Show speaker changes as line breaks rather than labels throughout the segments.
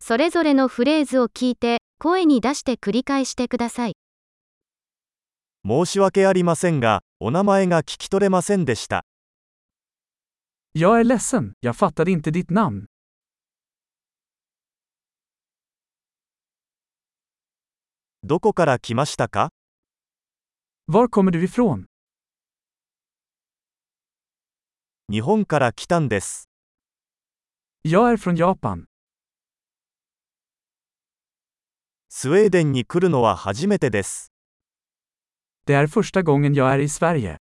それぞれのフレーズを聞いて、声に出して繰り返してください。
申し訳ありませんが、お名前が聞き取れませんでした。
Jag är ledsen, jag fattade inte ditt namn.
どこから来ましたか
Var kommer du ifrån?
日本から来たんです。
Jag är från Japan.
スウェーデンに来るのは初めてです。
Det är första gången jag är i Sverige.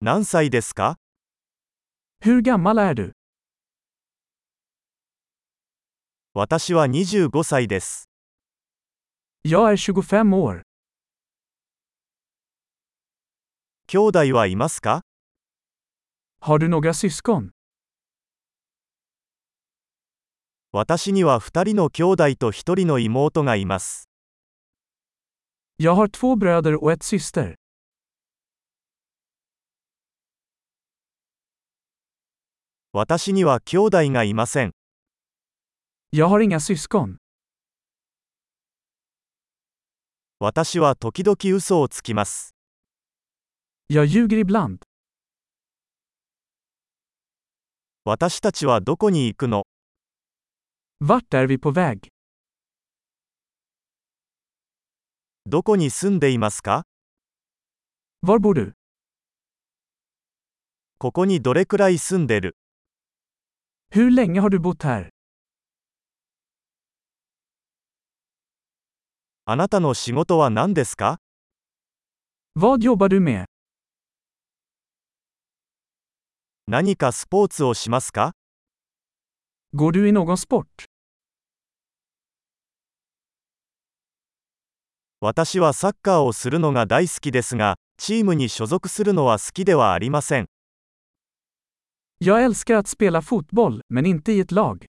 何歳ですか
Hur gammal är du?
私は25歳です。
Jag är 25 år.
兄弟はいますか
Har du några syskon?
私には2人の兄弟と1人の妹がいます。
Jag har två bröder och ett syster.
私には兄弟がいません。
Jag har inga syskon.
私は時々嘘をつきます。
Jag ljuger ibland.
私たちはどこに行くの
Vart är vi på väg?
どこに住んでいますか
Var bor du?
ここにどれくらい住んでる
Hur länge har du bott här?
あなたの仕事は何ですか
Vad jobbar du med?
何かスポーツをしますか
Går du i någon sport?
私はサッカーをするのが大好きですが、チームに所属するのは好きではありません。
Jag älskar att spela fotboll, men inte i ett lag.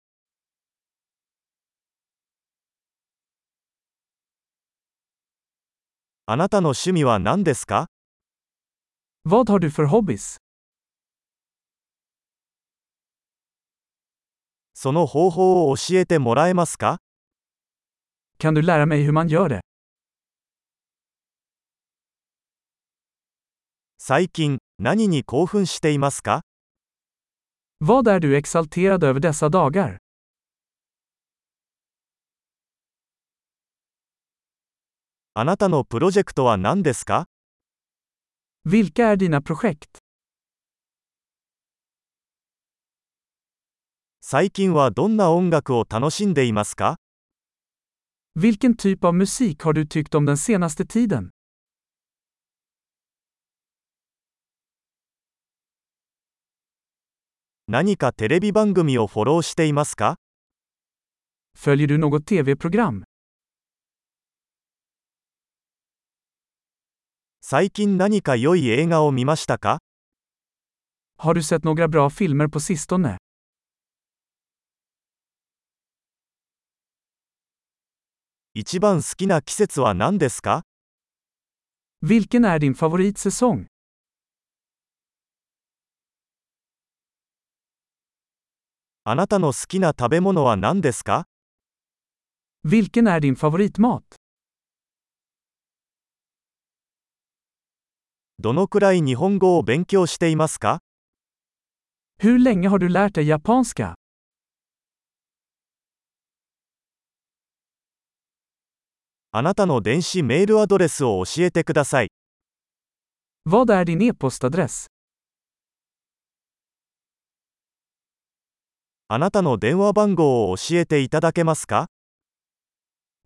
あなたの趣味は何ですか
Vad har du för hobbys?
その方法を教えてもらえますか
Kan du lära mig hur man gör det?
最近、何に興奮していますか
Vad är du exalterad över dessa dagar?
あなたのプロジェクトは何ですか
Vilka är dina projekt?
最近はどんな音楽を楽しんでいますか
Vilken typ av musik har du tyckt om den senaste tiden?
何かテレビ番組をフォローしていますか
Följer du något tv-program?
最近何か良い映画を見ましたか
Har du sett några bra filmer på sistone?
一番好きな季節は何ですか
Vilken är din favoritsäsong?
あなたの好きな食べ物は何ですか
Vilken är din favoritmat?
どのくらい日本語を勉強していますか
Hur länge har du lärt dig japanska?
あなたの電子メールアドレスを教えてください。
Vad är din e-postadress?
あなたの電話番号を教えていただけますか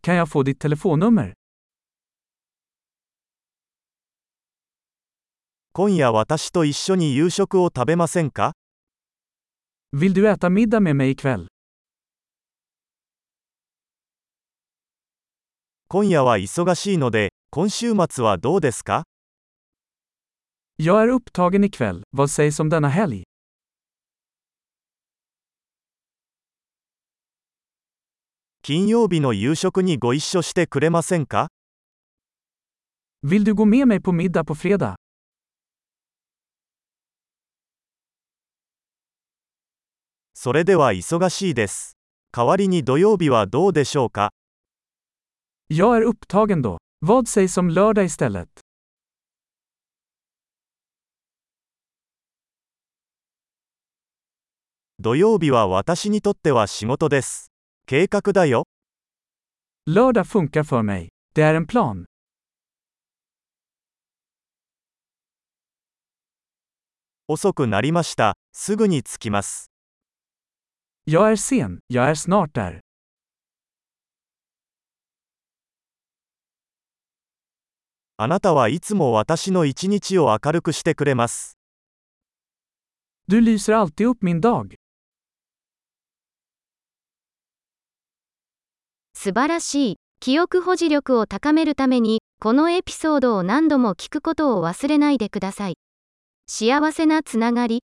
Kan jag få ditt telefonnummer?
今夜私と一緒に夕食を食べませんか
Vill du äta middag med mig ikväll?
今夜は忙しいので、今週末はどうですか
Jag är upptagen ikväll, vad sägs om denna helg?
金曜日の夕食にご一緒してくれませんか
Vill du gå med mig på middag på fredag?
それでは忙しいです。代わりに土曜日はどうでしょうか
Jag är upptagen då. Vad sägs om lördag istället?
土曜日は私にとっては仕事です。計画だよ。
Lördag funkar för mig. Det är en plan.
遅くなりました。すぐに着きます。
Jag är sen, jag är snart där.
あなたはいつも私の一日を明るくしてくれます。
Du lyser alltid upp min dag.
素晴らしい。記憶保持力を高めるために、このエピソードを何度も聞くことを忘れないでください。幸せなつながり。